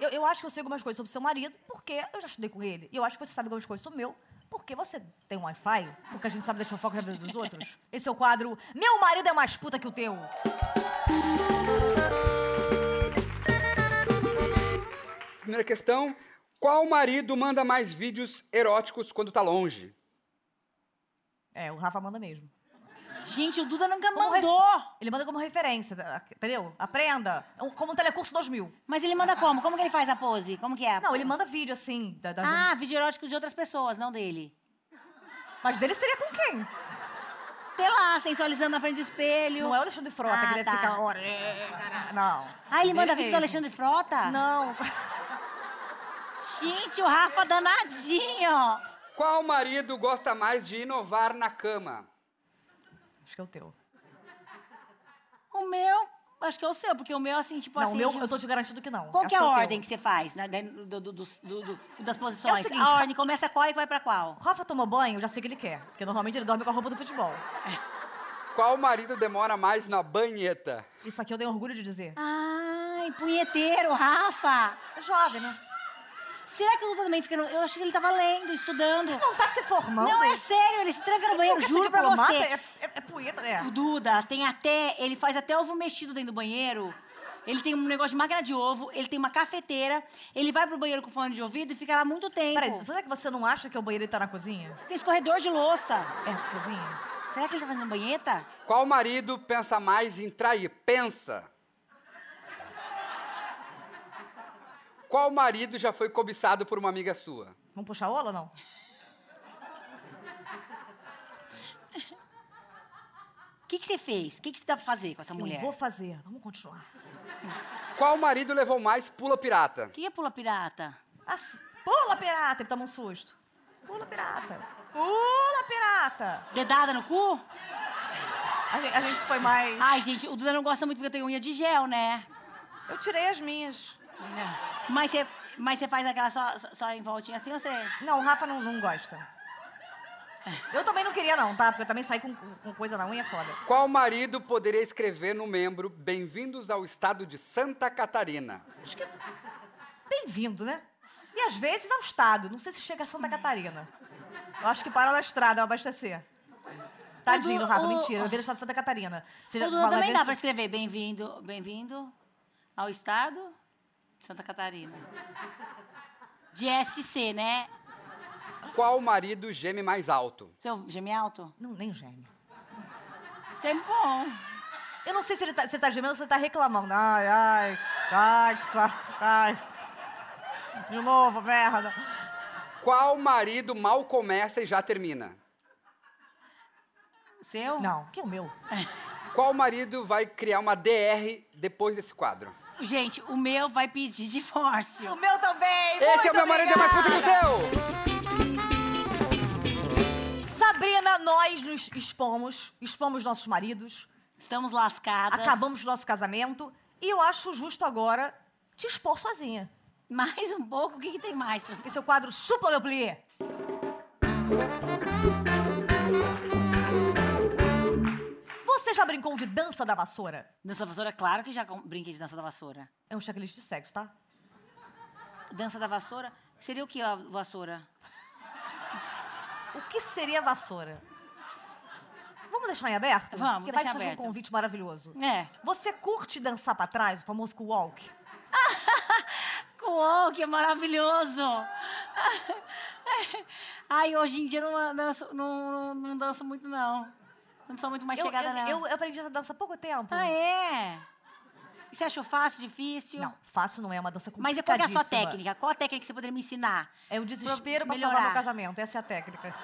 Eu, eu acho que eu sei algumas coisas sobre seu marido, porque eu já estudei com ele. E eu acho que você sabe algumas coisas sobre o meu, porque você tem um Wi-Fi, porque a gente sabe das fofocas da vida dos outros. Esse é o quadro Meu Marido é mais puta que o teu. Primeira questão: qual marido manda mais vídeos eróticos quando tá longe? É, o Rafa manda mesmo. Gente, o Duda nunca Como ref- mandou. Ele manda como referência, tá- entendeu? Aprenda. É um- Como um telecurso 2000. Mas ele manda como? Como que ele faz a pose? Como que é? Não, ele manda vídeo assim, da, da- Ah, vídeo erótico de outras pessoas, não dele. mas dele seria com quem? Sei lá, sensualizando na frente do espelho. Não é o Alexandre Frota, Ah, que deve tá. ficar hora. é, caralho. Não. Ah, ele Dele manda vídeo do mesmo. Alexandre Frota? Não. Gente, o Rafa danadinho. Qual marido gosta mais de inovar na cama? Acho que é o teu. O meu, acho que é o seu, porque o meu, assim, tipo não, assim... o meu, de- eu tô te garantindo que não. Qual Acho que é a é o teu. É ordem que você faz né, dentro do- do- dos- do- do- das posições? seguinte, a Ra- ordem começa qual e vai pra qual? O Rafa tomou banho, eu já sei que ele quer. Porque normalmente ele dorme com a roupa do futebol. Qual marido demora mais na banheta? Isso aqui eu tenho orgulho de dizer. Ai, punheteiro, Rafa. É jovem, né? Será que o Duda também fica... No... Eu achei que ele tava lendo, estudando. Não tá se formando. Não, é Ele sério, ele se tranca no quer banheiro, ser juro pra diplomata, você. É, é, é punheta, O né? Duda tem até. Ele faz até ovo mexido dentro do banheiro. Ele tem um negócio de máquina de ovo, ele tem uma cafeteira, ele vai pro banheiro com fone de ouvido e fica lá muito tempo. Peraí, será que você não acha que o banheiro tá na cozinha? Tem escorredor de louça. É, na cozinha? Será que ele tá fazendo banheta? Qual marido pensa mais em trair? Pensa. Qual marido já foi cobiçado por uma amiga sua? Vamos puxar a ola ou não? O que, que você fez? O que, que dá pra fazer com essa mulher? Eu vou fazer. Vamos continuar. Qual marido levou mais pula pirata? O que é pula pirata? As- Pula, pirata! Ele toma um susto. Pula, pirata! Pula, pirata! Dedada no cu? A gente, a gente foi mais... Ai, gente, o Duda não gosta muito porque eu tenho unha de gel, né? Eu tirei as minhas. Mas você, mas você faz aquela só, só- só em voltinha assim ou você. Não, o Rafa não, não gosta. Eu também não queria, não, tá? Porque eu também saí com, com coisa na unha é foda. Qual marido poderia escrever no membro Bem-vindos ao estado de Santa Catarina? Acho que. é Bem-vindo, né? E às vezes ao estado. Não sei se chega a Santa Catarina. Eu acho que para na estrada ao abastecer. Tadinho, O do do- Rafa, o- mentira. Eu vi no estado de Santa Catarina. Você já- O Duda uma também vez- assim. dá pra escrever. Bem-vindo, bem-vindo ao estado de Santa Catarina. De SC, né? Qual marido geme mais alto? Seu geme alto? Não, nem gêmeo. Você é bom. Eu não sei se ele tá, você tá gemendo ou se você tá reclamando. Ai, ai, ai, que saco, ai. De novo, merda. Qual marido mal começa e já termina? Seu? Não, que é o meu. Qual marido vai criar uma DR depois desse quadro? Gente, o meu vai pedir divórcio. O meu também! Esse é o Muito meu marido é mais puto que o obrigada. teu! Sabrina, nós nos expomos, expomos nossos maridos, Estamos lascadas. acabamos nosso casamento e eu acho justo agora te expor sozinha. Mais um pouco, o que, que tem mais? Esse é o quadro Chupla Meu Plié. Você já brincou de dança da vassoura? Dança da vassoura, claro que já com- brinquei de dança da vassoura. É um checklist de sexo, tá? Dança da vassoura? Seria o que, a vassoura? O que seria vassoura? Vamos deixar em aberto? Vamos, Porque vai deixar surgir aberto. um convite maravilhoso. É. Você curte dançar pra trás, o famoso walk? Uou, que maravilhoso! Ai, hoje em dia eu não danço, não, não, não danço muito, não. Não sou muito mais Eu, chegada, não. eu, eu aprendi essa dança há pouco tempo. Ah, é? E Você achou fácil, difícil? Não, fácil não é uma dança Mas é complicadíssima. qual que é a sua técnica? Qual a técnica que você poderia me ensinar? É o desespero pra salvar Pra meu melhorar. casamento. Essa é a técnica.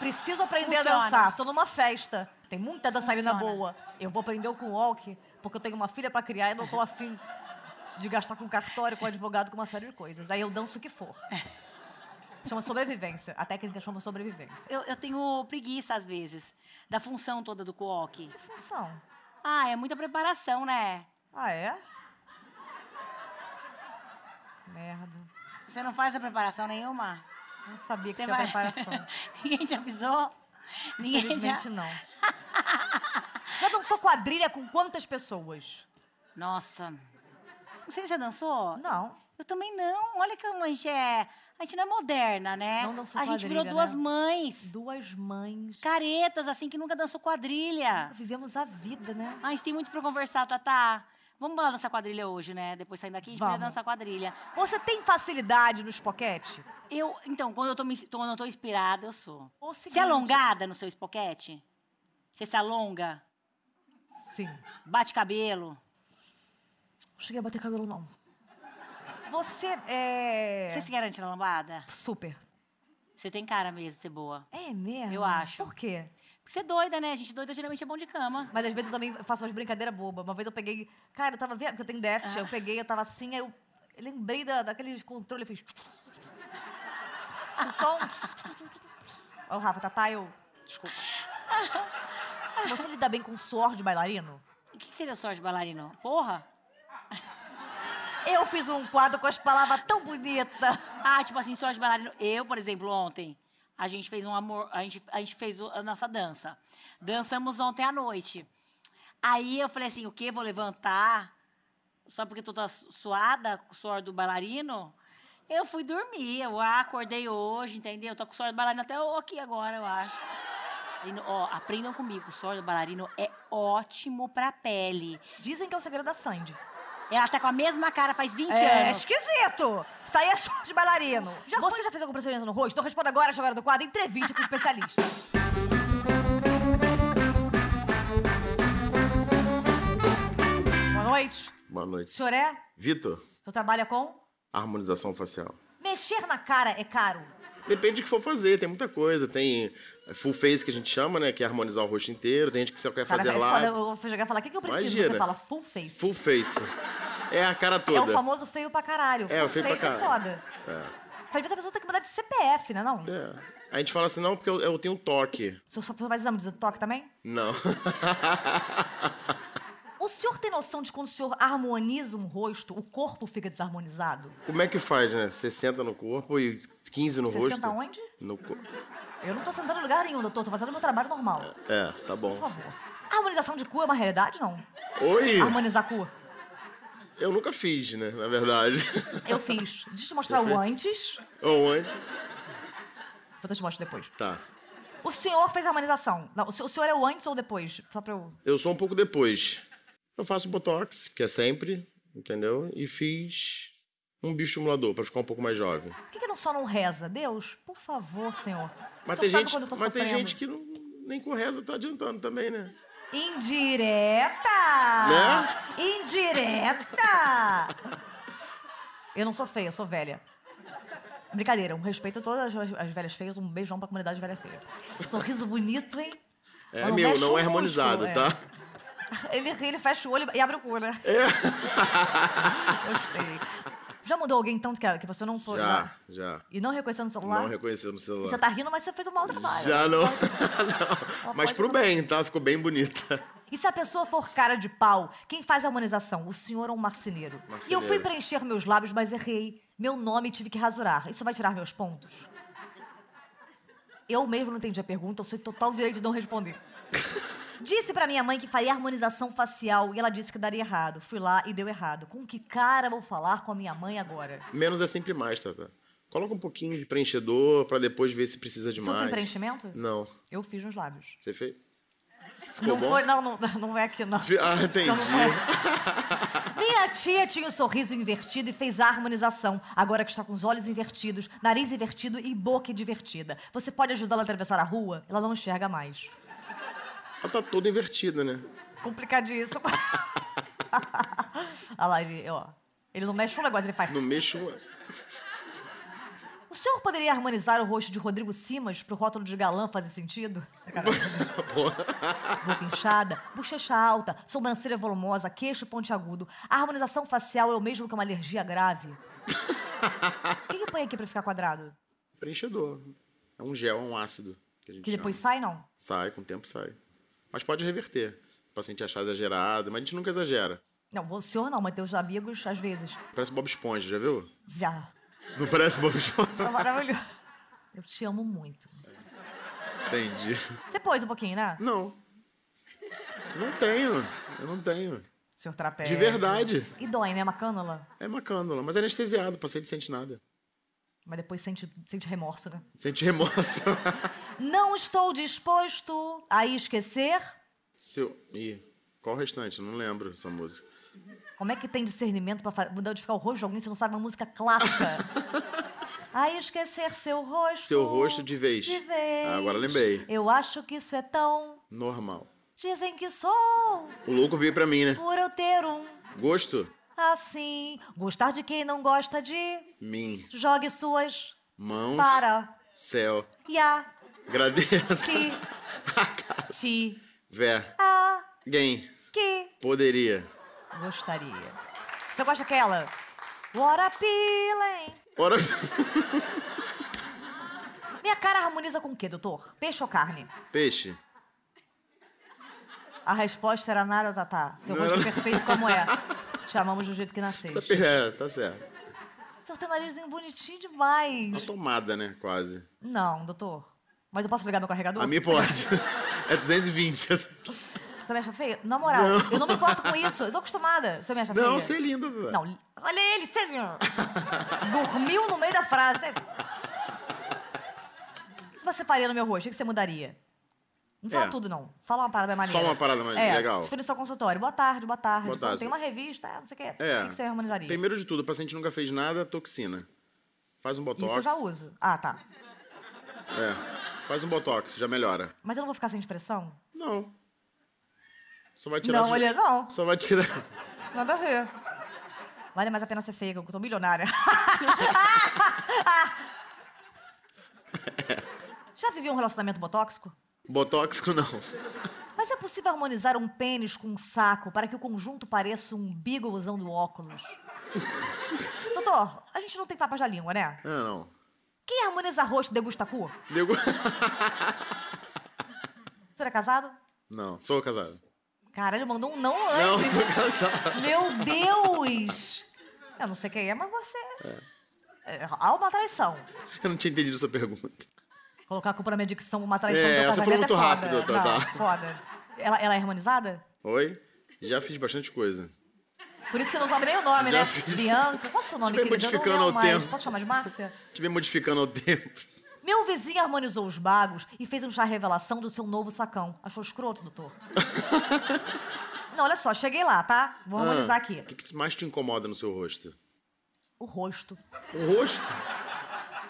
Preciso aprender a Funciona. dançar. Tô numa festa. Tem muita dançarina Funciona. boa. Eu vou aprender o com walk, porque eu tenho uma filha pra criar e não tô afim de gastar com cartório, com advogado, com uma série de coisas. Aí eu danço o que for. Chama sobrevivência. A técnica chama sobrevivência. Eu, eu tenho preguiça, às vezes, da função toda do coque. Que função? Ah, é muita preparação, né? Ah, é? Merda. Você não faz a preparação nenhuma? Não sabia que Você tinha vai- preparação. Ninguém te avisou? Ninguém já... Infelizmente, não. Já dançou quadrilha com quantas pessoas? Nossa. Você já dançou? Não. Eu também não. Olha como a gente é... A gente não é moderna, né? Não dançou a gente quadrilha, virou duas né? mães. Duas mães. Caretas, assim, que nunca dançou quadrilha. Vivemos a vida, né? A gente tem muito pra conversar, Tatá. Vamos lá dançar quadrilha hoje, né? Depois saindo daqui, a gente vai Vamos. dançar quadrilha. Você tem facilidade nos poquete? Eu, então, quando eu tô, me, quando eu tô inspirada, eu sou. O Você seguinte- é alongada no seu espoquete? Você se alonga? Sim. Bate cabelo? Não cheguei a bater cabelo, não. Você é. Você se garante na lambada? Super. Você tem cara mesmo de ser boa. É mesmo? Eu acho. Por quê? Porque você é doida, né? Gente doida geralmente é bom de cama. Mas às vezes eu também faço umas brincadeiras bobas. Uma vez eu peguei. Cara, eu tava vendo, porque eu tenho déficit, eu peguei, eu tava assim, aí eu lembrei da, daquele controle, eu fiz. Fiz só um. Ó, o Rafa, Tatá, eu. Desculpa. Você lida bem com suor de bailarino? O que que seria sorte bailarino? Porra? Eu fiz um quadro com as palavras tão bonitas. Ah, tipo assim, sorte bailarino. Eu, por exemplo, ontem, a gente fez um amor. A gente, a gente fez o- a nossa dança. Dançamos ontem à noite. Aí eu falei assim: o quê? Vou levantar? Só porque eu tô toda su- suada, com o suor do bailarino? Eu fui dormir, eu ah, acordei hoje, entendeu? Tô com o suor do bailarino até o- aqui agora, eu acho. E, ó, aprendam comigo, o suor do bailarino é ótimo pra pele. Dizem que é o segredo da Sandy. Ela tá com a mesma cara faz 20 É anos. esquisito! Isso aí é suor de bailarino. Você já fez algum procedimento no rosto? Então responda agora, chegada do quadro, entrevista com o especialista. Boa noite. Boa O noite. senhor é? Vitor, O senhor trabalha com? harmonização facial. Mexer na cara é caro. Depende do que for fazer, tem muita coisa. Tem full face que a gente chama, né? Que é harmonizar o rosto inteiro. Tem gente que só quer Cara, fazer é foda, lá. eu vou chegar e falar, o que, que eu preciso? Imagina. Você fala full face. Full face. É a cara toda. É o famoso feio pra caralho. É, full o feio pra face é caralho. foda. Às vezes a pessoa tem que mudar de CPF, né não? É. A gente fala assim, não, porque eu, eu tenho toque. O senhor só faz exame de toque também? Não. O senhor tem noção de quando o senhor harmoniza um rosto, o corpo fica desarmonizado? Como é que faz, né? 60 no corpo e 15 no 60 rosto. onde? No co... Eu não tô sentando em lugar nenhum, doutor. Tô fazendo meu trabalho normal. É, tá bom. Por favor. A harmonização de cu é uma realidade, não? Oi! Harmonizar cu. Eu nunca fiz, né? Na verdade. Eu fiz. Deixa eu te mostrar o fez? antes. Ou antes. Depois eu te mostro depois. Tá. O senhor fez a harmonização. Não, o se- o senhor é o antes ou depois? Só pra eu... Eu sou um pouco depois. Eu faço botox, que é sempre, entendeu? E fiz um bioestimulador pra ficar um pouco mais jovem. Por que, que não só não reza? Deus, por favor, senhor. Mas, o senhor tem sabe gente, quando eu tô mas tem sofrendo. gente que não, nem com reza tá adiantando também, né? Indireta! Né? Indireta! eu não sou feia, eu sou velha. Brincadeira, um respeito a todas as, as velhas feias, um beijão pra comunidade velha feia. Sorriso bonito, hein? É Mas meu, mexe o não é músculo, harmonizado, é. tá? Ele ri, ele fecha o olho e abre o cu, né? É. Gostei. Já mudou alguém tanto que, que você não foi? Já, já. E não reconheceu no celular? Não reconheceu no E Você celular. tá rindo, mas você fez um mau trabalho. Já não. não. Mas pode pro bem, tá? Ficou bem bonita. E se a pessoa for cara de pau, quem faz a harmonização? O senhor ou um marceneiro? E eu Marceneiro. fui preencher meus lábios, mas errei. Meu nome tive que rasurar. Isso vai tirar meus pontos? Eu mesmo não entendi a pergunta, eu sou total direito de não responder. Disse pra minha mãe que faria harmonização facial e ela disse que daria errado. Fui lá e deu errado. Com que cara vou falar com a minha mãe agora? Menos é sempre mais, tá? tá? Coloca um pouquinho de preenchedor pra depois ver se precisa de Isso tem mais. preenchimento? Não. Eu fiz nos lábios. Você fez? Ficou Não bom? foi, não, não, não é que não. Ah, entendi. Minha tia tinha o sorriso invertido e fez a harmonização. Agora que está com os olhos invertidos, nariz invertido e boca divertida. Você pode ajudá-la a atravessar a rua? Ela não enxerga mais. Ela tá toda invertida, né? Complicadíssimo. Olha lá, ele, ó. Ele não mexe um negócio, ele faz. Não mexo uma. O senhor poderia harmonizar o rosto de Rodrigo Simas pro rótulo de galã fazer sentido? tá Boca inchada, bochecha alta, sobrancelha volumosa, queixo pontiagudo. A harmonização facial é o mesmo que uma alergia grave. O que ele põe aqui pra ficar quadrado? Preenchedor. É um gel, é um ácido. Que, a gente Que depois chama. sai, não? sai. com o tempo sai. Mas pode reverter. O paciente achar exagerado, mas a gente nunca exagera. Não, o senhor não, mas teus amigos, às vezes. Parece Bob Esponja, já viu? Já. Não parece Bob Esponja? Tá maravilhoso. Eu te amo muito. Entendi. Você pôs um pouquinho, né? Não. Não tenho. Eu não tenho. Senhor trapézio. De verdade. E dói, né? Uma cânula. É uma cânula, mas é anestesiado, o paciente sente nada. Mas depois sente, sente remorso, né? Sente remorso. Não estou disposto a esquecer. Seu. Ih, qual o restante? Eu Não lembro essa música. Como é que tem discernimento pra fa- mudar de ficar o rosto de alguém se não sabe uma música clássica? a esquecer seu rosto. Seu rosto de vez. De vez. Ah, agora lembrei. Eu acho que isso é tão. Normal. Dizem que sou O louco veio pra mim, né? por eu ter um Gosto? assim. Gostar de quem não gosta de. Mim. Jogue suas Mãos. para. Céu. E a. Agradeço. Si. Ti. Vé. A. Quem Que. poderia? Gostaria. Você gosta daquela? What a feeling. Ora. Minha cara harmoniza com o quê, doutor? Peixe ou carne? Peixe. A resposta era nada, Tatá. Seu Não rosto era- perfeito como é. Te amamos do jeito que Tá, nasceste. per- é, tá certo. Seu teu narizinho bonitinho demais. Uma tomada, né? Quase. Não, doutor. Mas eu posso ligar meu carregador? A minha pode. É 220. Você me acha feia? Na moral, eu não me importo com isso. Eu tô acostumada. Você me acha feia? Não, você é linda, Duda. Não, li- olha ele, você viu? Dormiu no meio da frase. Você... O que Você faria no meu rosto, o que você mudaria? Não fala É. tudo, não. Fala uma parada maneira. uma parada mais é, legal. Você foi no seu consultório. Boa tarde, boa tarde. Boa Pô, tarde. Tem uma revista, ah, não sei o quê. É. O que que você harmonizaria? Primeiro de tudo, o paciente nunca fez nada, toxina. Faz um botox. Isso eu já uso. Ah, tá. É. Faz um botox, já melhora. Mas eu não vou ficar sem expressão? Não. Só vai tirar. não, suje- olha, não. Só vai tirar. Nada a ver. Vale mais a pena ser feia, que eu tô milionária. já vivi um relacionamento botóxico? Botóxico não. Mas é possível harmonizar um pênis com um saco para que o conjunto pareça um umbigo usando óculos? Doutor, a gente não tem papas na língua, né? Ah, não. Quem harmoniza rosto degusta cu? O Nego... senhor é casado? Não, sou casado. Caralho, mandou um não Não, antes. sou casado. Meu Deus! Eu não sei quem é, mas você... É, há uma traição. Eu não tinha entendido sua pergunta. Colocar a culpa na minha dicção, uma traição É, do essa foi casamento muito é foda. rápida, tá, não, tá. foda. Ela, ela é harmonizada? Oi? Já fiz bastante coisa. Por isso que eu não sabe nem o nome, Já né? fiz. Bianca. Qual é o seu nome, Tive querida? Eu não modificando lembro ao mais. tempo. Posso chamar de Márcia? Tive modificando ao tempo. Meu vizinho harmonizou os bagos e fez um chá revelação do seu novo sacão. Achou escroto, doutor? Não, olha só, cheguei lá, tá? Vou harmonizar Ah, aqui. O que, que mais te incomoda no seu rosto? O rosto. O rosto?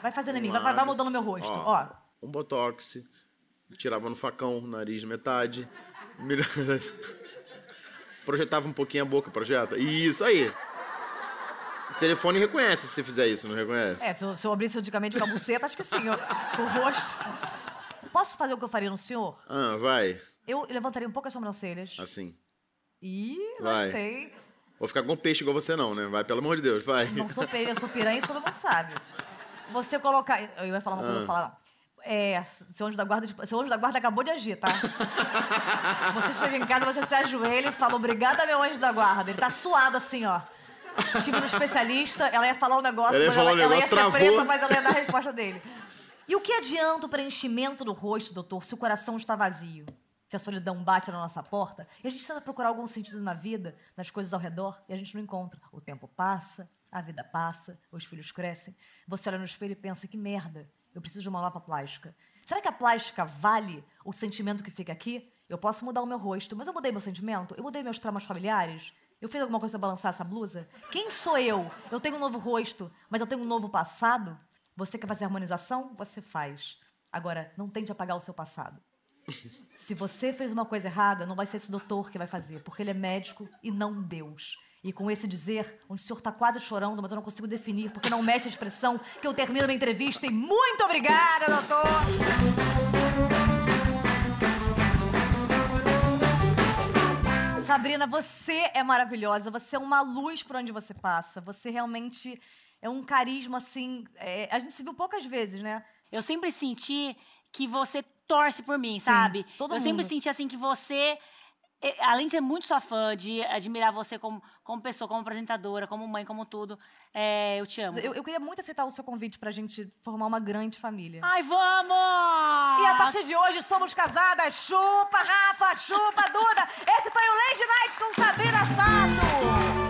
Vai fazendo em mim, vai, Claro. vai mudando meu rosto. Ó. Um botox, tirava no facão, nariz metade, melhorava. projetava um pouquinho a boca, projeta. Isso aí. O telefone reconhece se você fizer isso, não reconhece? É, se eu, se eu abrir cirurgicamente com a buceta, acho que sim. eu- o rosto. Posso fazer o que eu faria no senhor? Ah, vai. Eu levantaria um pouco as sobrancelhas. Assim. Ih, Vai. gostei. Vou ficar com peixe igual você não, né? Vai, pelo amor de Deus, vai. Não sou pera, eu sou piranha e todo mundo sabe. Você colocar. Eu ia falar uma coisa, eu vou falar, não. É, seu anjo da guarda, de- seu anjo da guarda acabou de agir, tá? Você chega em casa, você se ajoelha e fala, obrigada, meu anjo da guarda. Ele tá suado assim, ó. Estive no especialista, ela ia falar um negócio, Ela ia mas falar ela, um ela ia negócio, ser travou. presa, mas ela ia dar a resposta dele. E o que adianta o preenchimento do rosto, doutor, se o coração está vazio? Se a solidão bate na nossa porta e a gente tenta procurar algum sentido na vida, nas coisas ao redor, e a gente não encontra. O tempo passa, a vida passa, os filhos crescem. Você olha no espelho e pensa: que merda, eu preciso de uma nova plástica. Será que a plástica vale o sentimento que fica aqui? Eu posso mudar o meu rosto, mas eu mudei meu sentimento? Eu mudei meus traumas familiares? Eu fiz alguma coisa pra balançar essa blusa? Quem sou eu? Eu tenho um novo rosto, mas eu tenho um novo passado? Você quer fazer harmonização? Você faz. Agora, não tente apagar o seu passado. Se você fez uma coisa errada, não vai ser esse doutor que vai fazer, porque ele é médico e não Deus. E com esse dizer, o senhor está quase chorando, mas eu não consigo definir, porque não mexe a expressão, que eu termino minha entrevista e muito obrigada, doutor! Sabrina, você é maravilhosa, você é uma luz por onde você passa, você realmente é um carisma, assim, é, a gente se viu poucas vezes, né? Eu sempre senti que você torce por mim, sabe? todo eu sempre mundo. senti assim que você, eh, além de ser muito sua fã, de admirar você como, como pessoa, como apresentadora, como mãe, como tudo, eh, eu te amo. Eu, eu queria muito aceitar o seu convite pra gente formar uma grande família. Ai, vamos! E a partir de hoje somos casadas. Chupa, Rafa, chupa, Duda. Esse foi o Lady Night com Sabrina Sato.